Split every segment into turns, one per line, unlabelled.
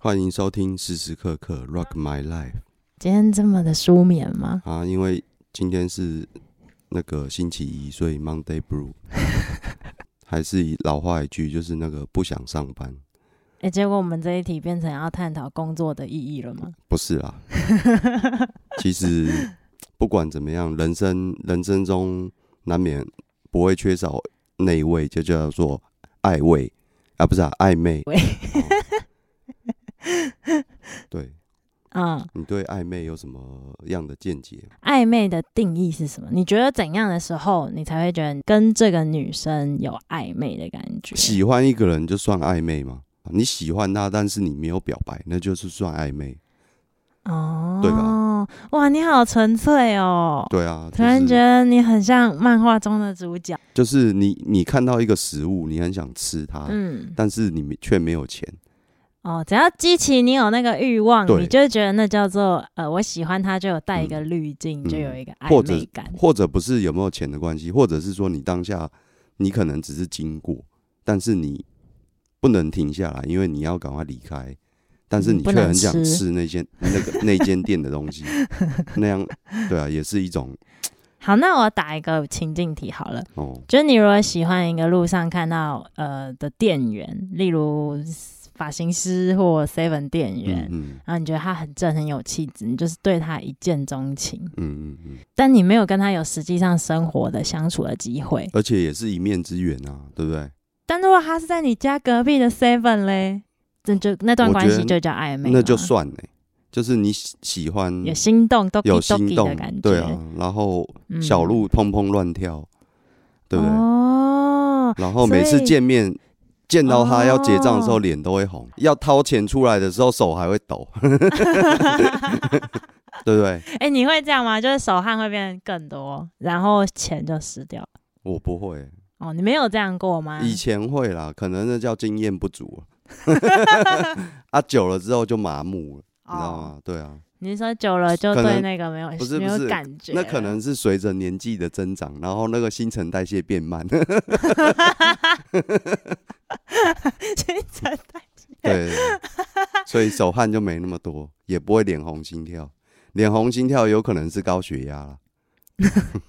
欢迎收听时时刻刻 Rock My Life
今天这么的舒眠吗？
啊！因为今天是那个星期一，所以 Monday Blue 还是以老话一句，就是那个不想上班，
哎、结果我们这一题变成要探讨工作的意义了吗？
不是啦。其实不管怎么样，人生人生中难免不会缺少那一位，就叫做爱味啊，不是啊，暧昧。
喂
哦对
嗯，
你对暧昧有什么样的见解吗？
暧昧的定义是什么？你觉得怎样的时候，你才会觉得你跟这个女生有暧昧的感觉？
喜欢一个人就算暧昧吗？你喜欢他，但是你没有表白，那就是算暧昧。
哦，
对
哇，你好纯粹哦！
对啊，
突然
就
觉
是
得你很像漫画中的主角。
就是你你看到一个食物，你很想吃它，
嗯，
但是你没却没有钱。
哦，只要激起你有那个欲望，
对
你就会觉得那叫做呃，我喜欢他，就有带一个滤镜，
嗯
就有一个
或
暧
者
昧感。
或者不是有没有钱的关系，或者是说你当下你可能只是经过，但是你不能停下来，因为你要赶快离开，但是
嗯
你
不
却
能
很想
吃
吃那间那 个那间店的东西，那样对啊，也是一种
好，那我打一个情境题好了。
哦，
就是你如果喜欢一个路上看到呃的店员，例如发型师或 Seven 店员，
嗯嗯
然后你觉得他很正很有气质，你就是对他一见钟情，
嗯嗯嗯，
但你没有跟他有实际上生活的相处的机会。
而且也是一面之缘啊，对不对？
但如果他是在你家隔壁的 Seven 嘞，那就那段
我
关
觉
系
得
就叫暧昧吗，
那就算了欸、就是你喜喜欢
啊有心动都
有心
的
动
感，觉，
对啊，然后
嗯
小鹿砰砰乱跳，对不对？
哦，
然后每
所
次
以
见面见到他要结账的时候，
哦
脸都会红；要掏钱出来的时候，手还会抖， 对不对？
哎、你会这样吗？就是手汗会变更多，然后钱就湿掉了。
我不会，
哦，你没有这样过吗？
以前会啦，可能那叫经验不足 啊啊，久了之后就麻木了，你知道
哦，
吗？对啊，
你是说久了就
可能
对那个没有
不是
没
不
有
是
感觉了，
那可 能是随着年纪的增长，然后那个新陈代谢变慢，
新陈代谢。
对，所以手汗就没那么多，也不会脸红心跳。脸红心跳有可能是高血压啦，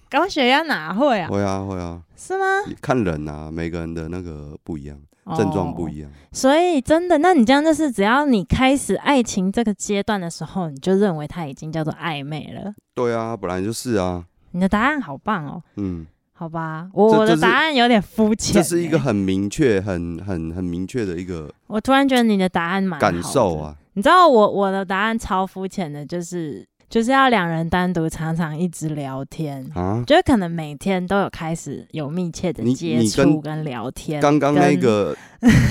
高血压哪会啊？
会啊会啊，
是吗？
看人啊，每个人的那个不一样，
哦
症状不
样。
一样。
所以真的，那你这样就是，只要你开始爱情这个阶段的时候，你就认为它已经叫做暧昧了。
对啊，本来就是啊，
你的答案好棒哦，
嗯，
好吧，我我
这
的
是
答案有点肤浅欸、
这是一个很明确、很很很明确的一个
我突然觉得你的答案蛮
感
好
受
的
啊。
你知道我我的答案超肤浅的，就是就是要两人单独常常一直聊天，
啊，
就是可能每天都有开始有密切的
你
接
你
触
跟
跟聊天。
刚刚那
跟
个，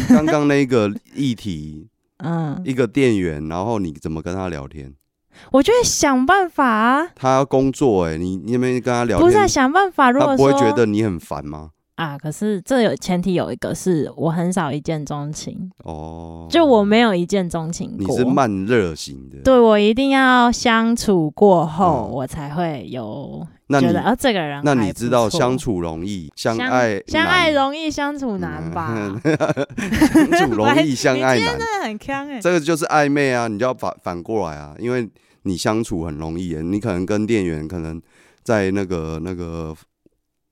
刚刚那个议题，
嗯，
一个店员，然后你怎么跟他聊天？
我就会想办法啊，
他要工作哎、你你有没有跟他聊
不是啊
天？
想办法。如
他
果
不会
说
觉得你很烦吗？
啊，可是这有前提有一个是我很少一见钟情，
哦，
就我没有一见钟情
你
过。
是慢热型的，
对我一定要相处过后，
嗯
我才会有
那
觉
你
得啊，这个人
那
还
你
不
知道
错
相处容易，相
相
爱
相
难
爱容易相处难
嗯
吧？
相处容易，相爱
你今
难
天。真的很坑哎、
这个就是暧昧啊，你就要反反过来啊，因为你相处很容易耶，你可能跟店员可能在那个那个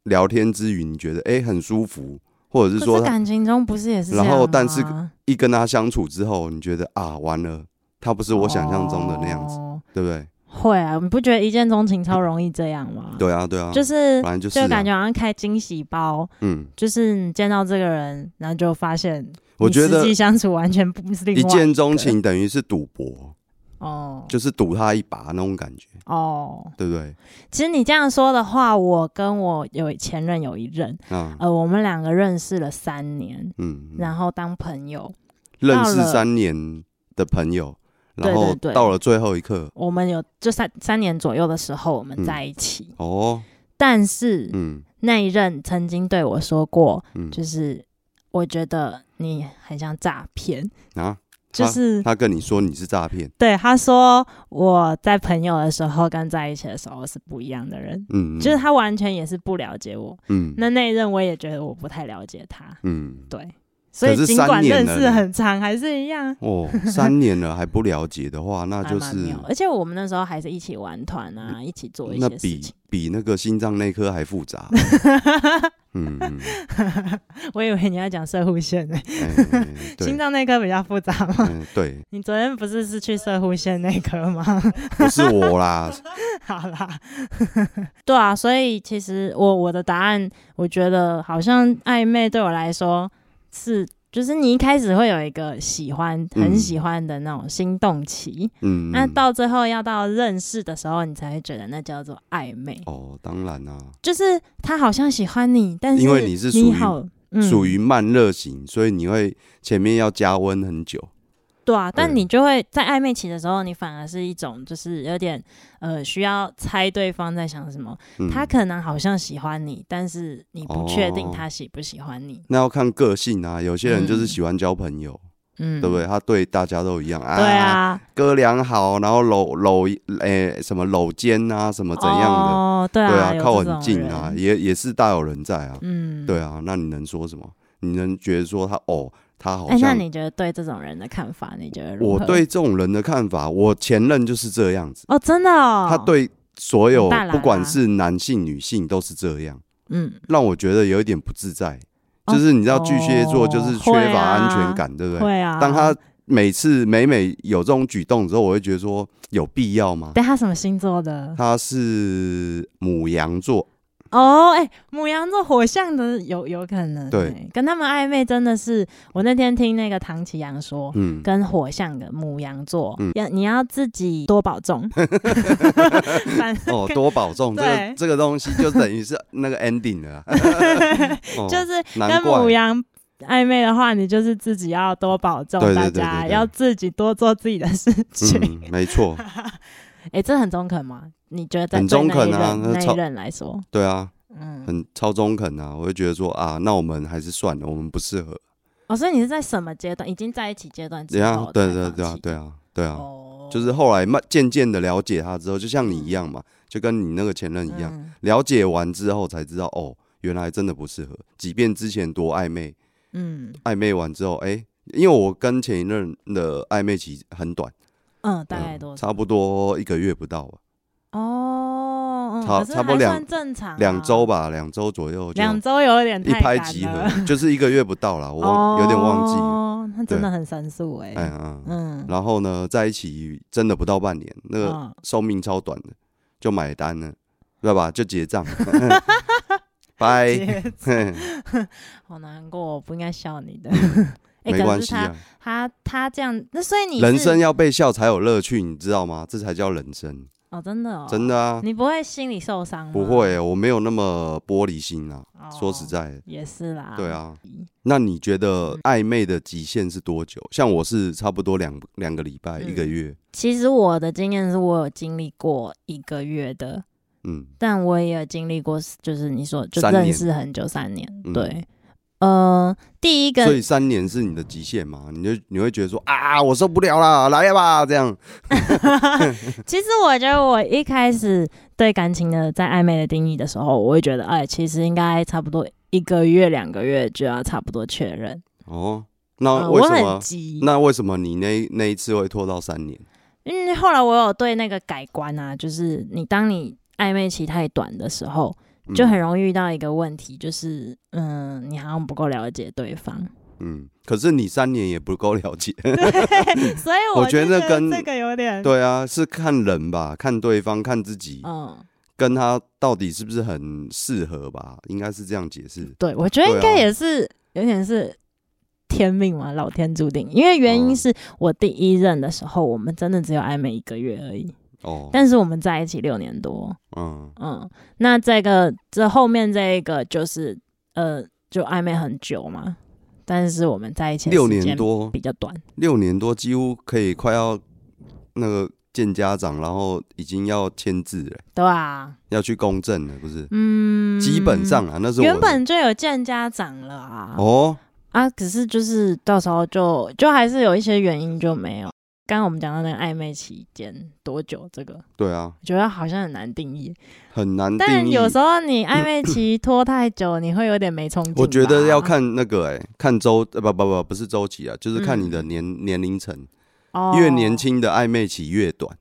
聊天之余，你觉得哎、诶很舒服，或者是
可
说
是
他
感情中不是也是这样
然后但是
吗
一跟他相处之后，你觉得啊完了，他不是我想象中的那样子，
哦
对不对？
会啊，你不觉得一见钟情超容易这样吗？、
对啊，对啊，
就是
本来就是、啊、
就感觉好像开惊喜包，
嗯，
就是你见到这个人，然后就发现
我
你
觉
实
得
际相处完全不是另外
一见钟
个
情等于是赌博，
哦
就是赌他一把那种感觉，
哦。
对不对？
其实你这样说的话，我跟我有前任有一任，
啊，
呃，我们两个认识了三年，
嗯，
然后当朋友，
认
到
识
了
三年的朋友，
对
然后
对对
到了最后一刻，
我们有就三三年左右的时候我
嗯
们在一起，
哦，
但是、
嗯
那一任曾经对我说过，
嗯，
就是我觉得你很像诈骗，
啊，
就
他
是
他跟你说你是诈骗，
对他说我在朋友的时候跟在一起的时候是不一样的人，
嗯，
就是他完全也是不了解我。
嗯
那那一任我也觉得我不太了解他，
嗯，
对，所以
可是
尽
三
管
年
认
了
识
呢
很长，还是一样，
哦，三年了还不了解的 话，那
还
就
蛮
是嗯
妙。而且我们那时候还是一起玩团啊，一起做一
那
些事
比
情。
比那个心脏内科还复 杂。嗯，嗯
我以为你要讲射护线呢、
哎
心
对，
脏内科比较复杂吗？
嗯对，
你昨天不是是去射护线内科吗？
不是我 啦，
好啦，对啊，所以其实我我的答案，我觉得好像暧昧对我来说是，就是你一开始会有一个喜欢、很
嗯
喜欢的那种心动期，
嗯，
那
嗯
到最后要到认识的时候，你才会觉得那叫做暧昧，
哦，当然啦、
就是他好像喜欢你，但是
因为你是属于
你好。嗯
属
于、
于慢热型，所以你会前面要加温很久。
对啊，但
对
你就会在暧昧期的时候，你反而是一种就是有点呃需要猜对方在想什么，
嗯，
他可能好像喜欢你，但是你不确定
哦
他喜不喜欢你，
那要看个性啊，有些人就是
嗯
喜欢交朋友，
嗯，
对不对？他对大家都一样啊，
对，啊，
哥俩好，然后搂搂诶、什么搂肩啊，什么怎样的，
哦，对
对
啊，
啊，
有
靠
这
很
种
近啊，
人，
也也是大有人在啊，
嗯，
对。啊，那你能说什么？你能觉得说他哦，他好
哎，那
像、
你觉得对这种人的看法，你觉得如
我
何？
对这种人的看法，我前任就是这样子，
哦，真的哦，
他，对所有
很大喇
不管
叭
是男性女性都是这样。
嗯，
让我觉得有一点不自在，
哦
就是你知道巨蟹座就是缺
会
乏
啊
安全感，对不对？
会啊。
当他每次每每有这种举动之后，我会觉得说有必要吗？
但他什么星座的？
他是母羊座，
哦，哎，母羊座火象的有有可能，
对
哎，跟他们暧昧真的是，我那天听那个唐奇阳说，
嗯，
哦跟火象的母羊座
嗯，
要你要自己多 保重，反 正
哦，多保重，这
对
个这个东西就等于是那个 ending 了啊，哦
就是
难
跟
怪
母羊暧昧的话，你就是自己要多保重，
对对
大
对
家
对对
要自己多做自己的事情。
嗯，没错，
哎、这很中肯吗？你觉得在
很
对
中肯
那一
啊
任
那
那
超
一任来说，
对啊，
嗯，
很超中肯啊，我就觉得说啊，那我们还是算了，我们不适合，
哦，所以你是在什么阶段？已经在一起阶段之
怎样
后？？
对对对啊，，对啊，对啊，
哦，
就是后来慢渐渐的了解他之后，就像你一样嘛，就跟你那个前任一样，
嗯
了解完之后才知道哦，原来真的不适合。即便之前多暧昧，
嗯
暧昧完之后，哎、因为我跟前一任的暧昧期很短，
嗯，大概
嗯
多少？
差不多一个月不到吧，
哦，嗯
差
可是
差不多
还
两
算正常啊，
两周吧，两周左右就
两周有点
一
太
拍
赶
即
了，
合，就是一个月不到啦，我忘有点忘记了，
哦，那
对
真的很神速哎，
嗯嗯嗯。
嗯，
然后呢，在一起真的不到半年，那个
嗯
寿命超短的，就买单了，对吧？就结账， 拜。
结哎
嘿
好难过，哦我不应该笑你 的。哎、
没
可
关
是
系
他、
啊，
他他这样，那所以你是
人生要被笑才有乐趣，你知道吗？这才叫人生，
哦，真的哦，
真的啊，
你不会心里受伤吗？
不、会，我没有那么玻璃心啊。
哦
说实在的，
也是啦。
对，啊。那你觉
嗯
得暧昧的极限是多久？像我是差不多两两个礼拜，
嗯
一个月，
其实我的经验是我有经历过一个月的，
嗯，
但我也有经历过，就是你说就
三年
认识很久三年，
嗯
对。呃，第一个
所以三年是你的极限嘛？你就你会觉得说啊，我受不了啦，来吧，这样，
其实我觉得我一开始对感情的在暧昧的定义的时候，我会觉得，哎，其实应该差不多一个月、两个月就要差不多确认。
哦，
嗯
那为
我
什
很
么？
急。
那为什么你那那一次会拖到三年？
因为后来我有对那个改观啊，就是你当你暧昧期太短的时候，
嗯
就很容易遇到一个问题，就是嗯，你好像不够了解 对方。
嗯，可是你三年也不够了 解，
所以
我
就
觉
觉
得跟
这个有点，
对啊，是看人吧，看对方，看自己，
嗯，
跟他到底是不是很适合吧，应该是这样解释。
对，我觉得
对啊
应该也是、有点是天命嘛，老天注定。因为原因
嗯
是我第一任的时候，我们真的只有暧昧一个月而已，
哦，
嗯但是我们在一起六年多，
嗯
嗯，那这个这后面这一个就是呃，就暧昧很久嘛，但是我们在一起的
六
时间
年多，
比较短，
六年多几乎可以快要那个见家长，然后已经要签字了，
对啊，
要去公证了，不是？
嗯，
基本上啊，那是我
原
的
本就有见家长了啊，
哦，
啊，可是就是到时候就就还是有一些原因就没有。刚刚我们讲到那个暧昧期间多久，这个
对啊，
我觉得好像很难定义。
很难定义。
但有时候你暧昧期拖太久，你会有点没冲劲吧。
我觉
啊
得要看那个哎、看周呃不不不不是周期啊，就是看你的
嗯
年、年龄层，
哦
越年轻的暧昧期越短，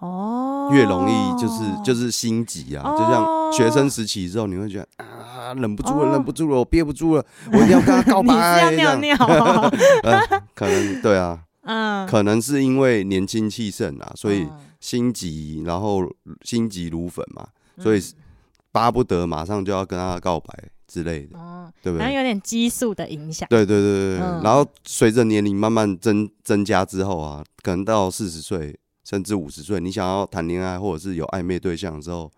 哦，
越容易就是就是心急啊，就像学生
哦
时期之后，你会觉得啊忍不住了，
哦
忍不住了，我憋不住了，我一定要跟他告
你是
白，
要
这
尿
样
尿哦、
呃可能对啊，
嗯，
可能是因为年轻气盛啊，所以
嗯
心急，然后心急如焚嘛，
嗯
所以巴不得马上就要跟他告白之类的，
嗯哦，
对不
然后
对？
有点激素的影响。
对对对对对，
嗯
然后随着年龄慢慢增增加之后啊，可能到四十岁甚至五十岁，你想要谈恋爱或者是有暧昧对象之后，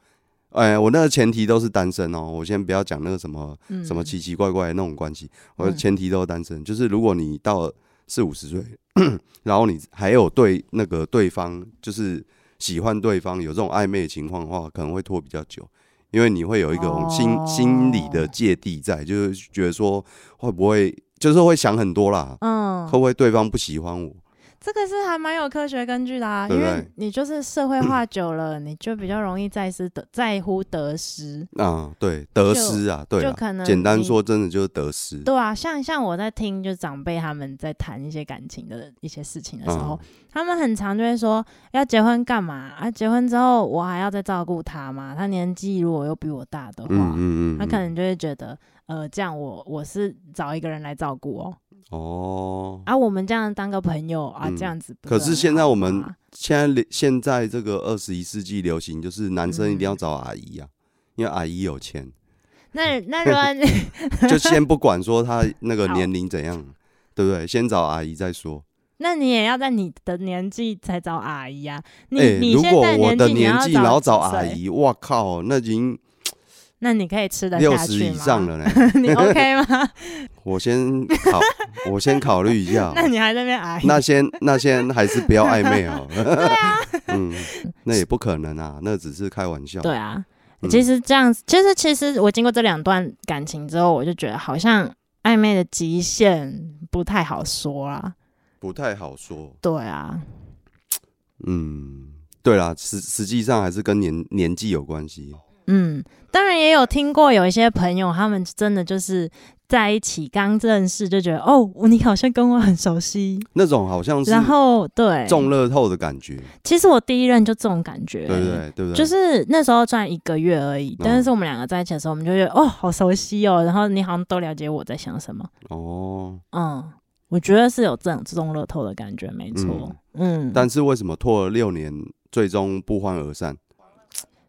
哎，我那个前提都是单身哦，我先不要讲那个什么
嗯，
什么奇奇怪怪的那种关系，我的
嗯
前提都是单身。就是如果你到了四五十岁， 然后你还有对那个对方就是喜欢对方有这种暧昧的情况的话，可能会拖比较久，因为你会有一种心、
哦
心理的芥蒂在，就是觉得说会不会就是会想很多啦，
嗯
会，不会对方不喜欢我？
这个是还蛮有科学根据的啊，
对
因
不对
为你就是社会化久了，你就比较容易 在失得在乎得失，
啊，对，得失啊，对
就
啊，
可能
简单
你
说，真的就是得失。
对啊，像像我在听就长辈他们在谈一些感情的一些事情的时候，
嗯
他们很常就会说要结婚干嘛啊？结婚之后我还要再照顾他嘛？他年纪如果又比我大的话，
嗯嗯嗯，
他
嗯
可能就会觉得呃，这样我我是找一个人来照顾哦，
哦，
啊，我们这样当个朋友啊，
嗯
这样子不
可
很好吗。
是现在我们现在流现在这个二十一世纪流行，就是男生一定要
嗯
找阿姨啊，因为阿姨有 钱，
那那如果 你
就先不管说他那个
好
年龄怎样，对不对？先找阿姨再说。
那你也要在你的年纪才找阿姨啊？你、
哎，
你
如
现
果
在
我的
纪你
年
要
纪然后找
找
阿
谁，
姨，哇靠，那已经
那你可以吃得
六
下
十
去
以
吗？
上了呢。
你 OK 吗？
我先考，我先考虑一下哦。
那你还在那边哎阿姨？
那先那先还是不要暧昧哦。
啊
嗯，那也不可能啊，那只是开玩笑。
对啊，
嗯
其实这样，其实其实我经过这两段感情之后，我就觉得好像暧昧的极限不太好说啦。
不太好说。
对啊，
嗯，对啦，实实际上还是跟年年纪有关系。
嗯，当然也有听过有一些朋友，他们真的就是在一起刚认识就觉得哦，你好像跟我很熟悉，
那种好像是
然后对，
中乐透的感觉，
其实我第一任就这种感觉，
对不对？对不对？
就是那时候赚一个月而已，
嗯
但是我们两个在一起的时候，我们就觉得哦，好熟悉哦，然后你好像都了解我在想什么，
哦，
嗯，我觉得是有这种这种乐透的感觉，没错，嗯，
但是为什么拖了六年，最终不欢而散？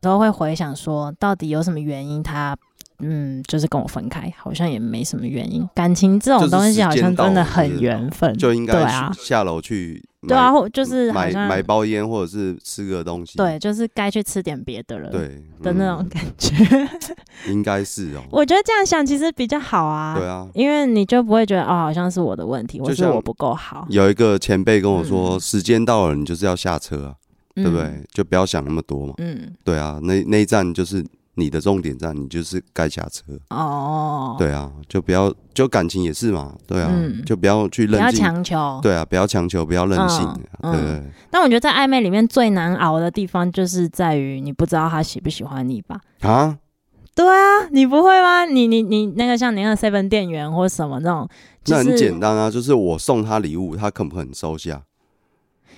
有时候会回想说，到底有什么原因他嗯，就是跟我分开，好像也没什么原因，感情这种东西好像真的很缘分，
就应
对
该
啊，
下楼去买嗯
对啊，或就是好
买
像
买包烟或者是吃个东西，
对，就是该去吃点别的了，
对
的那种
嗯
感觉，
应该是哦。
我觉得这样想其实比较好啊，
对啊，
因为你就不会觉得哦，好像是我的问题，
就
我是
像
我不够好，
有一个前辈跟我说，
嗯
时间到了，你就是要下车啊，
对
对不对？？就不要想那么多嘛。
嗯，
对啊，那那一站就是你的终点站，你就是该下车。
哦，，
对啊，就不要就感情也是嘛，对啊，
嗯
就不要去
不要
任性，
强求。
对啊，不要强求，不要任性，啊
嗯
对不
嗯
对？
但我觉得在暧昧里面最难熬的地方，就是在于你不知道他喜不喜欢你吧？
啊，
对啊，你不会吗？你你你那个像你那个 seven 店员或什么那种，就
那
是
很简单啊，就是我送他礼物，他肯不肯收下？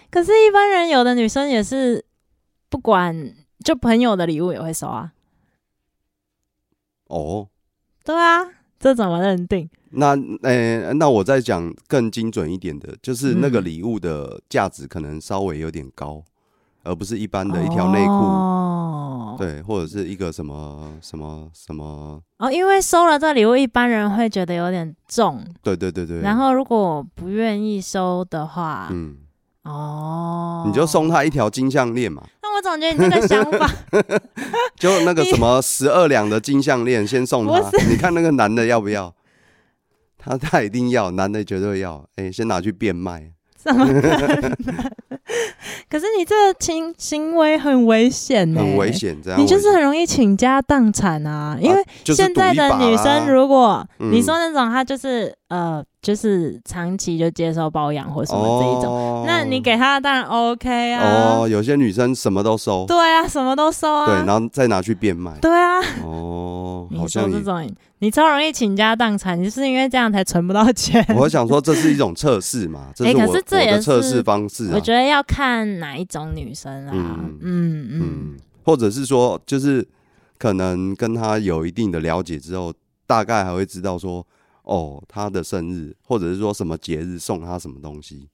可是，一般人有的女生也是不管，就朋友的礼物也会收啊。
哦，
对啊，这怎么认定？
那呃，那我再讲更精准一点的，就是那个
嗯
礼物的价值可能稍微有点高，而不是一般的一条内裤。
哦，
对，或者是一个什么什么什么，
哦，因为收了这礼物，一般人会觉得有点重。
对对对对。
然，后如果不愿意收的话，
嗯，
哦，
你就送。他一条金项链嘛，
那我总觉得你这个想法
就那个什么十二两的金项链，先送他
不。
你看那个男的要不要？他他一定要，男的绝对要。哎、先拿去变卖。
怎么可能？可是你这行行为很危险、呢，
很危。险。这样
你就是
危
很容易倾家荡产啊，因
啊
为
就是
现在
赌一
的
把
女
啊
生，如果
嗯
你说那种她就是呃，就是长期就接受包养或什么这一种，
哦
那你给她当然 OK 啊。
哦，有些女生什么都收，
对啊，什么都收啊。
对，然后再拿去变卖。
对啊，
哦，好
你说
像
这
也。
种你超容易倾家荡产，你是因为这样才存不到钱。
我想说，这是一种测试嘛，这
哎
是
可
我
是这
我
也
的测试
是
方式啊。
我觉得要看哪一种女生啦。
嗯
嗯嗯
嗯，或者是说，就是可能跟他有一定的了解之后，大概还会知道说，哦，他的生日，或者是说什么节日送他什么东西，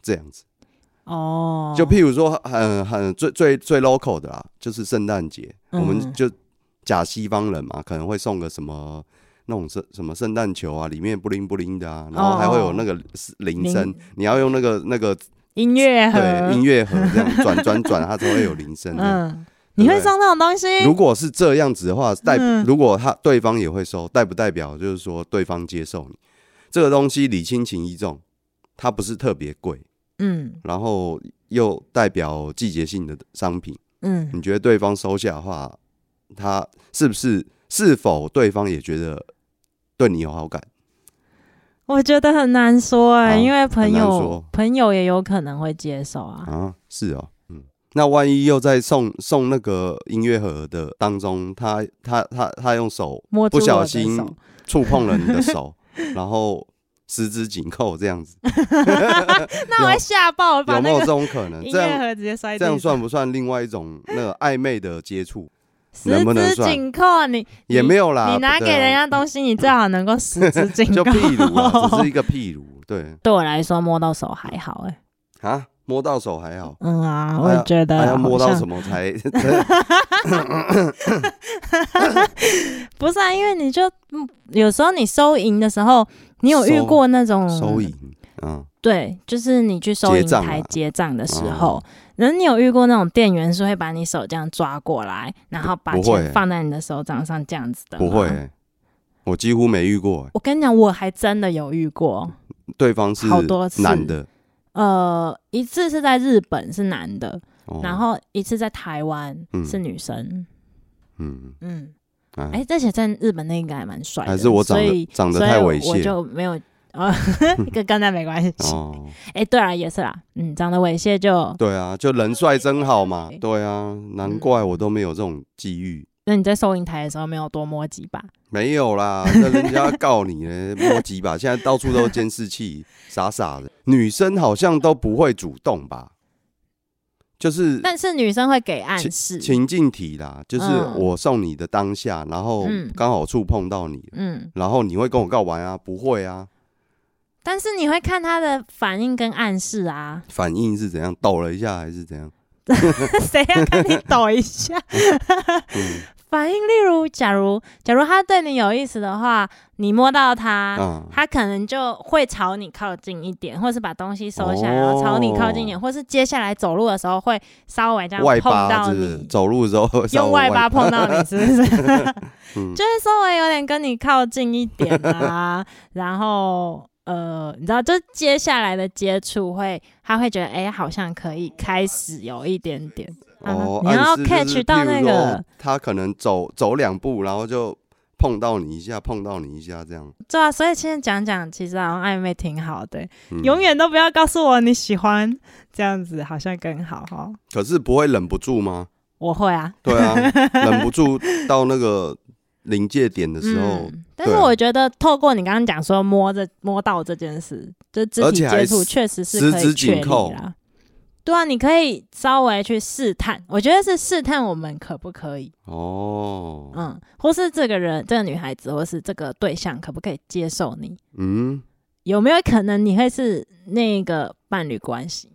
这样子。
哦，
就譬如说，很很最最最 local 的啦，就是圣诞节，我
嗯
们就假西方人嘛，可能会送个什么。那种圣什么圣诞球啊，里面布灵布灵的啊，然后还会有那个铃声，
哦铃
你要用那个那 个
音乐盒
对音乐盒这样转转转，它才会有铃声这样。
嗯，你会送这种东西？
如果是这样子的话，代、
嗯
如果他对方也会收，代不代表就是说对方接受你这个东西礼轻情意重，它不是特别贵，
嗯
然后又代表季节性的商品，
嗯，
你觉得对方收下的话，他是不是是否对方也觉得对你有好感？
我觉得很难说哎、
啊
因为朋
很难
友
说
朋友也有可能会接受啊。
啊，是哦，嗯，那万一又在送送那个音乐盒的当中，他他他他用手
摸住
不小
我的
心
手
触碰了你的 手，然后十指紧扣这样子，
那我会吓爆， 我把
有没
那
有
个
这种可能？
音
这
乐
样
盒直接摔
这
地
样
上。
算不算另外一 种那个暧昧的接触？能
十
不能
指
算
紧扣，你
也没有啦，
你拿
不
给
对啊
人家东西，你最好能够十指紧
就
扣。
譬如 啊，只是一个譬如，对
对我来说，摸到手还好哎、
啊，摸到手还 好。
嗯啊，
还
我
要
也觉得
还要摸到什
么？
么 才？
不是啊，因为你就嗯有时候你收银的时候，你有遇
收
过那种
收银，嗯，
对，就是你去收
结
银
账
台
啊哦
结账的时候，然后你有遇过那种店员是会把你手这样抓过来，然后把
不会
钱放在你的手掌上这样子的？
不会、。欸，我几乎没遇过欸、
我跟你讲，我还真的有遇过，
对方是
好多次
男的，
呃，一次是在日本是男的，
哦
然后一次在台湾
嗯
是女生。
嗯，
嗯，
哎、
哎、而且在日本那应该还蛮帅的，
还是我长
所以
得长得
所以
太猥
我
亵
就没有。 呃，跟刚才没关系。
哦，
哎、对啊，也是啦。嗯，长得猥亵就……
对啊，就人帅真好嘛
对，嗯
对啊，难怪我都没有这种际遇，
那你在收银台的时候没有多摸几把？
没有啦，那人家告你 呢，摸几把，现在到处都是监视器，傻傻的，女生好像都不会主动吧，就是
但是女生会给暗示。
情境题啦，就是
嗯
我送你的当下，然后
嗯
刚好触碰到你，
嗯，
然后你会跟我告白啊？不会啊，，
但是你会看她的反应跟暗示啊
反应是怎样？抖了一下还是怎样？
谁要看你抖一下？
嗯
反应，例如，假如假如他对你有意思的话，你摸到他，
啊，
他可能就会朝你靠近一点，或是把东西收下，
哦
然后朝你靠近一点，或是接下来走路的时候会稍微这样
外
碰
八
到
是不是
你，
走路的时候会稍
用
微
外八碰到你，是不是？
嗯
就会稍微有点跟你靠近一点 啊，然后。呃，你知道，就接下来的接触会，他会觉得，哎、好像可以开始有一点点，
哦，
嗯你要
暗示就是
catch 到
譬
那个
如说他可能走走两步，然后就碰到你一下，碰到你一下这样，
对啊，所以现在讲讲，其实好像暧昧挺好的、
嗯
永。远都不要告诉我你喜欢，这样子好像更好哈。
可是不会忍不住吗？
我会啊，
对 啊，忍不住到那个临界点的时候，
嗯，但是
对啊
我觉得透过你刚刚讲说摸着摸到这件事，就肢
而
体
且还
接触
十
确实是
十
可以
指紧
确立
扣
啦。对啊，你可以稍微去试探，我觉得是试探我们可不可以，
哦，
嗯，或是这个人、这个女孩子，或是这个对象可不可以接受你，
嗯，
有没有可能你会是那个伴侣关系？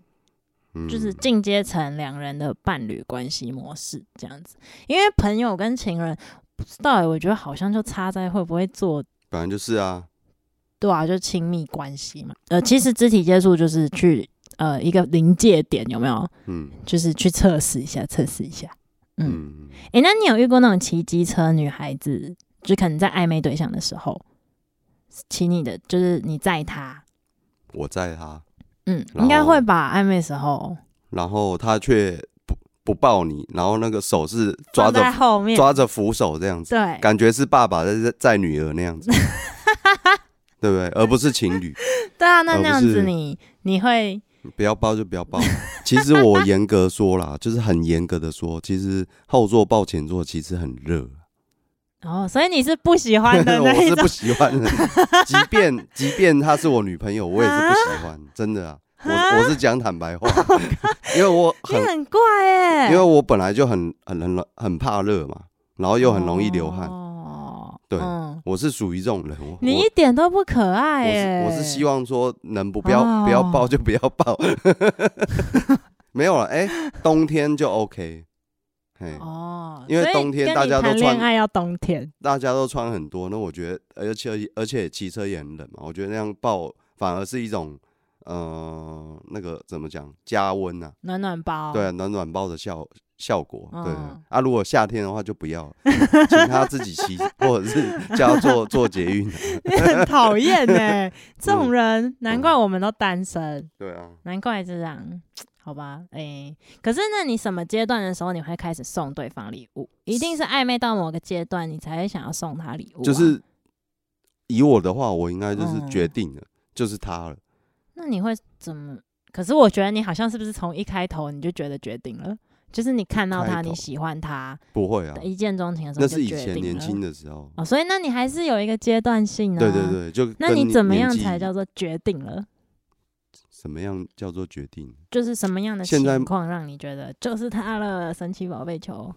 嗯
就是进阶成两人的伴侣关系模式这样子。因为朋友跟情人，不知道、欸、我觉得好像就差在会不会做，
反正就是啊，
对啊，就亲密关系嘛。呃，其实肢体接触就是去呃一个临界点，有没有？
嗯
就是去测试一下，测试一下。嗯，
嗯，
诶、那你有遇过那种骑机车女孩子，就可能在暧昧对象的时候，骑你的，就是你载她，
我在他，
嗯，
然后
应该会吧？暧昧时候，
然后他却不不抱你，然后那个手是抓
放
着
在后面，
抓着扶手这样子，
对，
感觉是爸爸在在女儿那样 子，对不对？而不是情侣，
对啊，那
而
那
不
样子
是
你你会
不要抱就不要抱。其实我严格说啦，就是很严格的说，其实后座抱前座其实很热，
哦，所以你是不喜欢的 那
我
一
是
种
不，喜欢的。即便 即便她是我女朋友，我也是不喜欢，真的啊。我
啊哦
我是讲坦白话，因为我
你
很
很怪哎、
因为我本来就很很很很怕热嘛，然后又很容易流汗，
哦，
对
嗯
我是属于这种人。我
你一
我
点都不可爱
我
哎、
是我是希望说能不不要、不要
哦
抱就不要抱， 没有了。哎、冬天就 OK，嘿，
哦，
因为
所以
冬天
跟
大
你
家都
谈恋
穿
爱要冬天，
大家都穿很多，那我觉得而且而且骑车也很冷嘛，我觉得那样抱反而是一种呃那个怎么讲加温呐、
暖暖包，
对，啊暖暖包的效效果。对
嗯
啊，如果夏天的话就不要了，请他自己骑，或者是 叫他做做捷运啊。
你 很讨厌
嗯
哎，这种人，难怪我们都单身，
对啊，
难怪这样。好吧，哎、可是那你什么阶段的时候你会开始送对方礼物？一定是暧昧到某个阶段，你才会想要送他礼物、啊。
就是以我的话，我应该就是
嗯
决定了，就是他了。
那你会怎么？可是我觉得你好像是不是从一开头你就觉得决定了？就是你看到
开
他，
头
你喜欢他，
不会啊，
一见钟情的时候
那
就是
以
决定
前
了。
年轻的时候。
哦，所以那你还是有一个阶段性啊。
对对。对，就
那
跟
你怎么
年
样
纪
才叫做决定了？
什么样叫做决定？
就是什么样的
现在
情况让你觉得就是他了？神奇宝贝球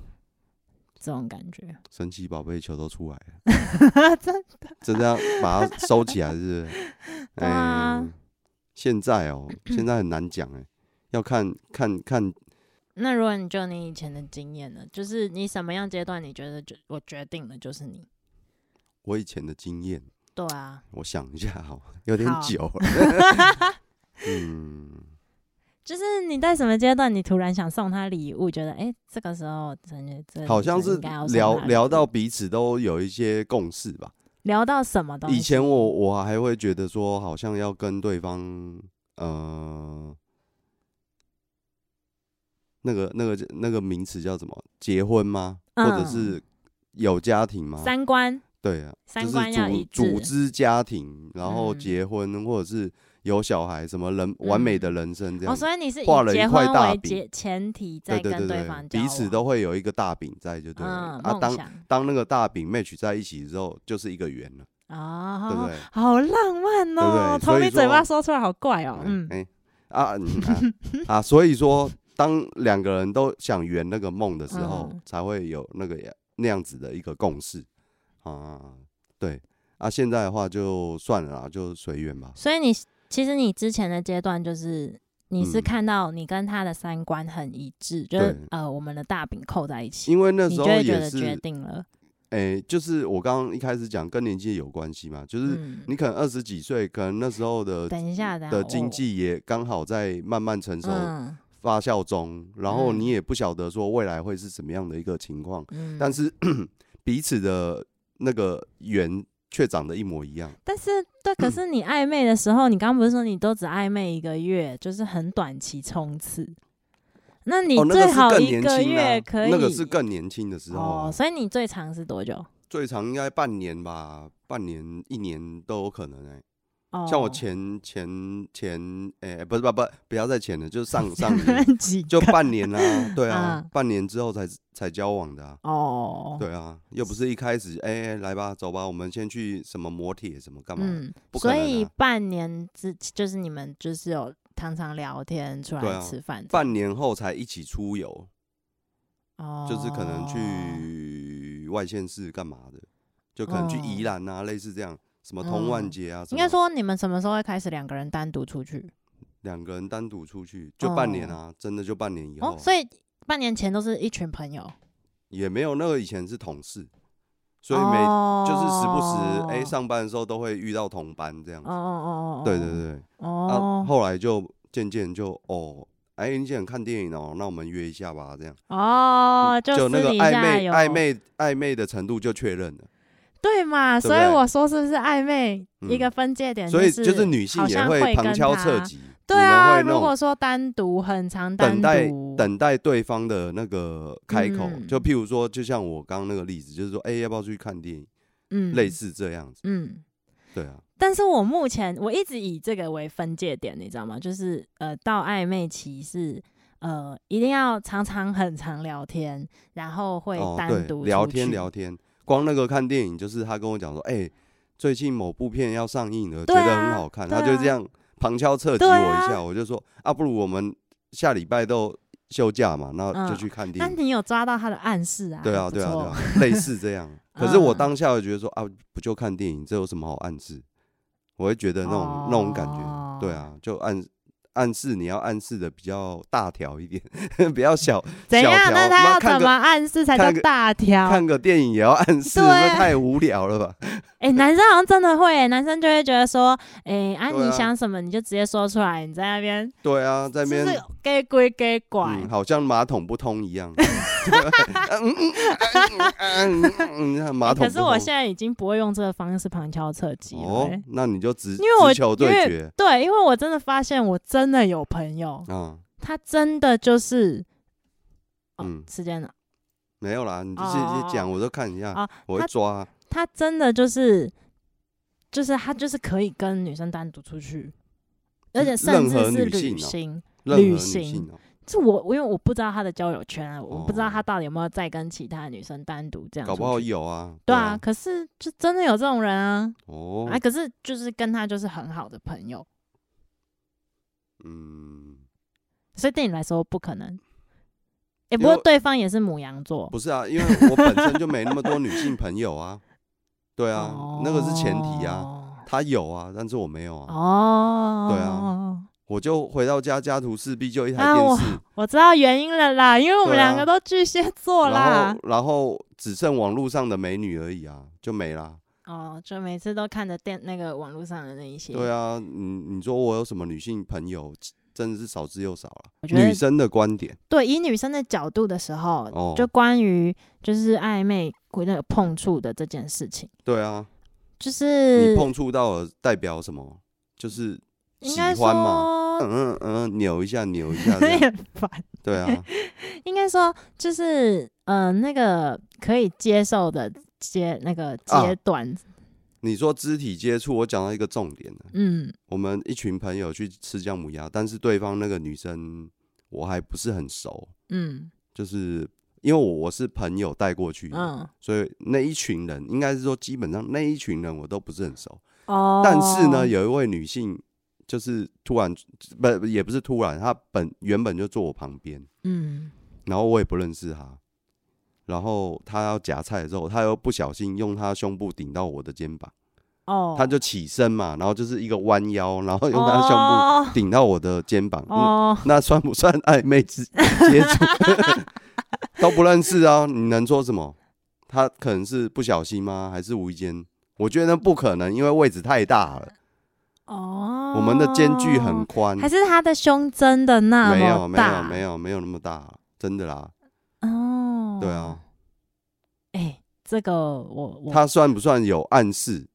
这种感 觉，
神奇宝贝球都出来了，
真的
真的要把它收起来，是不是？
对啊
哎现在哦，现在很难讲哎，要看看看
那如果你就你以前的经验呢？就是你什么样阶段你觉得就我决定了就是你？
我以前的经验。
对啊，
我想一下哈，有点
好
久。 嗯，
就是你在什么阶段你突然想送他礼物，觉得哎、诶这个时候真的真的
好像是
应该要送
聊
他礼
聊到
物
彼此都有一些共识吧。
聊到什么东西？
以前我我还会觉得说，好像要跟对方呃，那个那个那个名词叫什么？结婚吗？或者
嗯
是有家庭吗？
三观
对啊，就
三观要一
是
致
组组织家庭，然后
嗯
结婚，或者是有小孩，什么人完美的人生这样
哦，
子。
所以你是以
画了一
结
块
婚
大
为
饼
结前提
对
在
对
跟
对对
方，交
彼此
往
都会有一个大饼在，就对了、
嗯
啊。
梦
当
想
当那个大饼 match 在一起之后，就是一个圆了，对不
哦，
对？
好浪漫哦，
对不对所
从
以
你嘴巴
说
说出来好怪哦，嗯
嗯，哎、啊嗯啊啊，所以说，当两个人都想圆那个梦的时候，
嗯
才会有那个那样子的一个共识啊。对啊，现在的话就算了啦，就随缘吧。
所以你其实你之前的阶段就是你是
嗯
看到你跟他的三观很一致，就是
对
呃我们的大饼扣在一起，
因为那
你
时
就
候
会觉
也
得决
是，
定了，
哎、就是我刚刚一开始讲跟年纪有关系嘛，就是
嗯，
你可能二十几岁，可能那时候的
等一下，等一下
的
我
经济也刚好在慢慢成熟
哦嗯
发酵中，然后
嗯
你也不晓得说未来会是什么样的一个情况，
嗯，
但是 彼此的那个缘却长得一模一样。
但是对，可是你暧昧的时候，你刚刚不是说你都只暧昧一个月，就是很短期冲刺。那你
哦，那个
最
是
好
更
一
年
个
轻啊
月可以，
那个是更年轻的时候啊、
哦，所以你最长是多久？
最长应该半年吧，半年一年都有可能哎、
哦，
像我前前前哎、不是不不不要再前了，就是 上上年
前几
就
个
半年 啦、对啊，
嗯
半年之后才才交往的啊。
哦，
对啊，又不是一开始，哎、来吧，走吧，我们先去什么磨铁什么干嘛？
嗯，
不可
所
能啊
以半年之就是你们就是有常常聊天、出
对
来
啊
吃饭这样，
半年后才一起出游，
哦，
就是可能去外县市干嘛的，就可能去宜
嗯
兰啊，类似这样，什么同万节啊，什
应该
么
说你们什么时候会开始两个人单独出去？
两个人单独出去，就半年啊，真的就半年以后，
哦，所以半年前都是一群朋友，
也没有那个以前是同事，所以每、就是时不时，哎、
哦
上班的时候都会遇到同班这样
哦
子，
哦哦哦，
对对对。啊，
哦，
后来就渐渐就哦，哎、你想看电影哦，那我们约一下吧，这样
哦，
就
私
那个
底
暧
下
昧
有
暧昧暧昧的程度就确认了，
对嘛？
对不
所以
对
我说是不是暧昧一
嗯
个分界点？
所以就是女性
好
也
像
会
会
旁
跟
敲
他
侧击，
对
你们
啊，
会那种
如果说单独很长单
等待
独，
等待对方的那个开口，
嗯
就譬如说，就像我刚刚那个例子，就是说，哎、要不要去看电影？
嗯
类，似这样子，
嗯。
对啊，
但是我目前我一直以这个为分界点，你知道吗？就是呃，到暧昧期是呃，一定要常常很常聊天，然后会
哦，
单独、
对，聊天聊。天，光那个看电影，就是他跟我讲说，哎、最近某部片要上映了，觉
对啊
得很好看，
对啊
他就这样旁敲侧击
对
我
啊
一下，我就说，啊，不如我们下礼拜都休假嘛，然后就
嗯
去看电
但
影。
你有抓到他的暗示啊？
对啊，
还不
对啊，对
错
啊，类似这样。可是我当下我觉得说啊，不就看电影，这有什么好暗示？我会觉得那种、那种感
哦
觉，对啊，就暗暗示你要暗示的比较大条一点，比较小。
怎
小
样？
条
那他
妈
要
看
怎
个
么暗示才叫
看个
大条？
看个电影也要暗示，
对
那太无聊了吧？
哎、男生好像真的会、男生就会觉得说，哎、
对啊
啊，你想什么你就直接说出来，你在那边
对啊，在
就
那边
是给归给拐，哎
嗯，好像马桶不通一样。对嗯嗯嗯嗯嗯嗯嗯，马
欸
桶
可
不
是
通。
我现在已经不会用这个方式旁敲侧击了、
哦
欸，
那你就直
因为我
直球对
因为
决
对，因为我真的发现，我真的有朋友，
啊，
他真的就是，哦、
嗯
时间了，
没有啦，你就
哦
是
哦哦
讲，我都看一下
哦，
我会
他
抓啊。
他真的就是，就是他就是可以跟女生单独出去，而且甚
任
至
何
是
女性
旅
哦任
行。
何
旅
女
行
性哦、
这我我因为我不知道他的交友圈啊，我不知道
哦
他到底有没有在跟其他女生单独这样出
搞
去。
不好有啊。
对啊，，可是就真的有这种人啊，
哦，
啊，可是就是跟他就是很好的朋友，
嗯，
所以对你来说不可能。也、
因
不过
为
对方也是母羊座
不，是啊，因为我本身就没那么多女性朋友啊。 对啊，那个是前提啊。
啊。
他有啊，但是我没有啊。
哦，
对啊，我就回到家，家徒四壁，就一台
啊
电视，
我知道原因了啦，因为我们
对啊
两个都巨蟹座啦
然后。然后只剩网络上的美女而已啊，就没啦。
哦，就每次都看着电那个网络上的那一些。
对啊，你你说我有什么女性朋友，真的是少之又少了。
我觉得
女生的观点
对，以女生的角度的时候，
哦，
就关于就是暧昧那个碰触的这件事情，
对啊，
就是
你碰触到了代表什么？就是
应该
喜欢嘛
说
嗯嗯嗯，扭一下扭一下这样，
很烦。
对啊，
应该说就是嗯、呃那个可以接受的阶那个阶
啊
段，
你说肢体接触，我讲到一个重点了。
嗯
我们一群朋友去吃姜母鸭，但是对方那个女生我还不是很熟，
嗯
就是因为我我是朋友带过去的，
嗯
所以那一群人应该是说基本上那一群人我都不是很熟。
哦。
但是呢，有一位女性就是突然不也不是突然，她本原本就坐我旁边，
嗯
然后我也不认识她。然后她要夹菜的时候，她又不小心用她胸部顶到我的肩膀，
哦，
她就起身嘛，然后就是一个弯腰，然后用她的胸部顶到我的肩膀，
哦
嗯，
哦
那算不算暧昧之 接触？都不认识啊，你能说什么？他可能是不小心吗？还是无意间？我觉得不可能，因为位置太大了，
哦，
我们的间距很宽，
还是他的胸真的那
嗯没有
么
没有
大？
没有没有那么大，真的啦，
哦，
对啊，，
哎、这个我我
他算不算有暗示？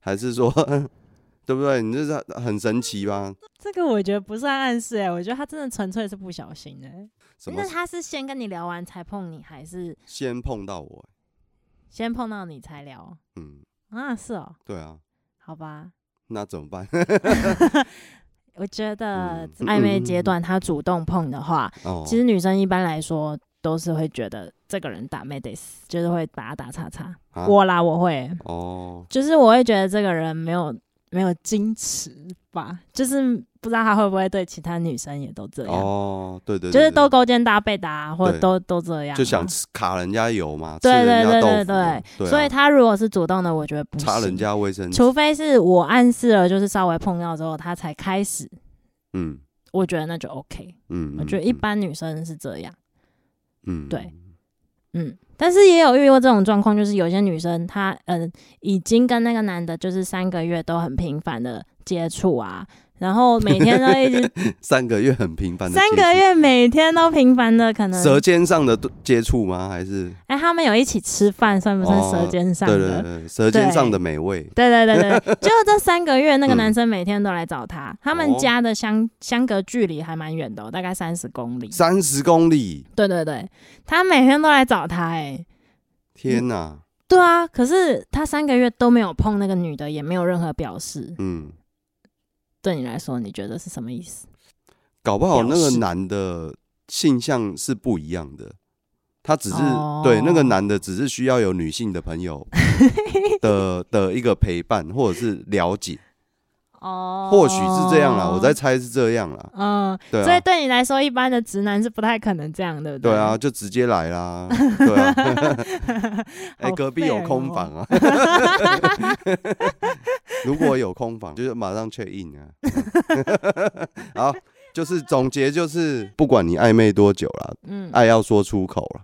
还是说， 对不对？你这是很神奇吧？
这个我觉得不算暗示哎、我觉得他真的纯粹是不小心哎、
什么
那他是先跟你聊完才碰你，还是
先碰到我？
先碰到你才聊？
嗯，
啊，是哦，
对啊，
好 吧。
那怎么办？
我觉得
嗯
暧昧阶段他主动碰的话，
哦，
其实女生一般来说都是会觉得这个人打妹得死，就是会把他打叉叉。
啊
我啦，我会，
哦，
就是我会觉得这个人没有没有矜持吧，就是不知道他会不会对其他女生也都这样，
哦，对对，对
啊就是
对
都勾肩搭背的、啊，或者
对
都都这样啊、
就想吃卡人家油嘛，
对
吃
对
人家
对
豆
对
腐嘛对啊
所以他如果是主动的，我觉得不
擦人
行，
家卫生纸，
除非是我暗示了，就是稍微碰到之后他才开始，
嗯
我觉得那就 OK。
嗯，
我
嗯
觉得一
嗯
般女生是这样，
嗯
对嗯，但是也有遇过这种状况，就是有些女生呃她嗯、已经跟那个男的就是三个月都很频繁的接触啊，然后每天都一直
三个月很频繁的
三个月每天都频繁的可能，
舌尖上的接触吗？还是
哎，他们有一起吃饭，算不算
哦
舌尖上
对
的？
对对，舌尖上的美味
对对对 对，就这三个月，那个
嗯
男生每天都来找她。他们
哦
家的相、相隔距离还蛮远的、哦，大概三十公里。
三十公里，
对对对，他每天都来找她、哎，
天哪、
对啊，可是他三个月都没有碰那个女的，也没有任何表示。
嗯，
对你来说，你觉得是什么意思？
搞不好那
表
个
示
男的性向是不一样的，他只是、
哦
对那个男的只是需要有女性的朋 友的的一个陪伴或者是了解，
哦
或许是这样啦，我在猜是这样啦，
嗯，
对
所以
啊。
对你来说，一般的直男是不太可能这样，对不
对
对
啊，，就直接来啦，对啊， 哎、
好
隔壁有
fair
空
哦
房啊， 如果有空房，就是马上 check in 啊。 好，就是总结就是，不管你暧昧多久啦，
嗯，
爱要说出口了。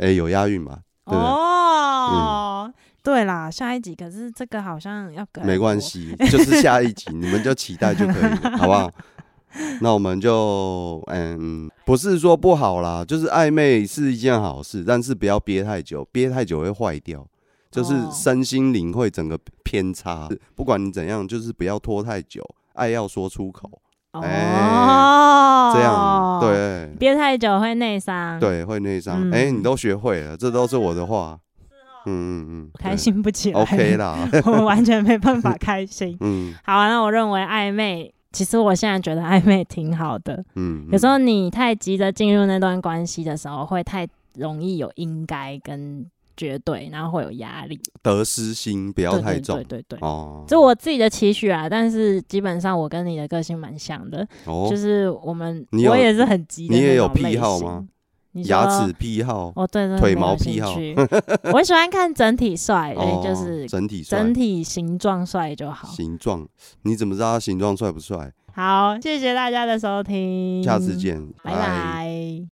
哎、有押韵吧？对不对
哦，对啦，下一集可是这个好像要改，
没关。系， 就是下一集你们就期待就可以了，好不好？那我们就嗯，不是说不好啦，就是暧昧是一件好事，但是不要憋太久，憋太久会坏掉，就是
哦
身心灵会整个偏差。不管你怎样，就是不要拖太久，爱要说出口，
哦，
哎这样，对
憋太久会内伤，，
对会内伤。
嗯哦
哎、你都学会了，这都是我的话。嗯嗯嗯，
开心不起
对
来
OK 啦，。
我完全没办法开心
嗯
好、啊，那我认为暧昧，其实我现在觉得暧昧挺好的。
嗯，
有时候你太急着进入那段关系的时候，会太容易有应该跟绝对，然后会有压力，
得失心不要太重
对对对对对。
哦。
这我自己的期许啊，但是基本上我跟你的个性蛮像的，
哦
就是我们
你有
我也是很急的
你也
那
有
种
癖
类
好
型
吗？
你
牙
说
齿癖好、
哦，对对，
腿
没
毛
有
癖
兴
好
趣 我喜欢看整体帅，所以
哦，
哎就是
整体帅
整、体形状帅就好。
形状，你怎么知道他形状帅不帅？
好，谢谢大家的收听，
下次，见，
拜拜。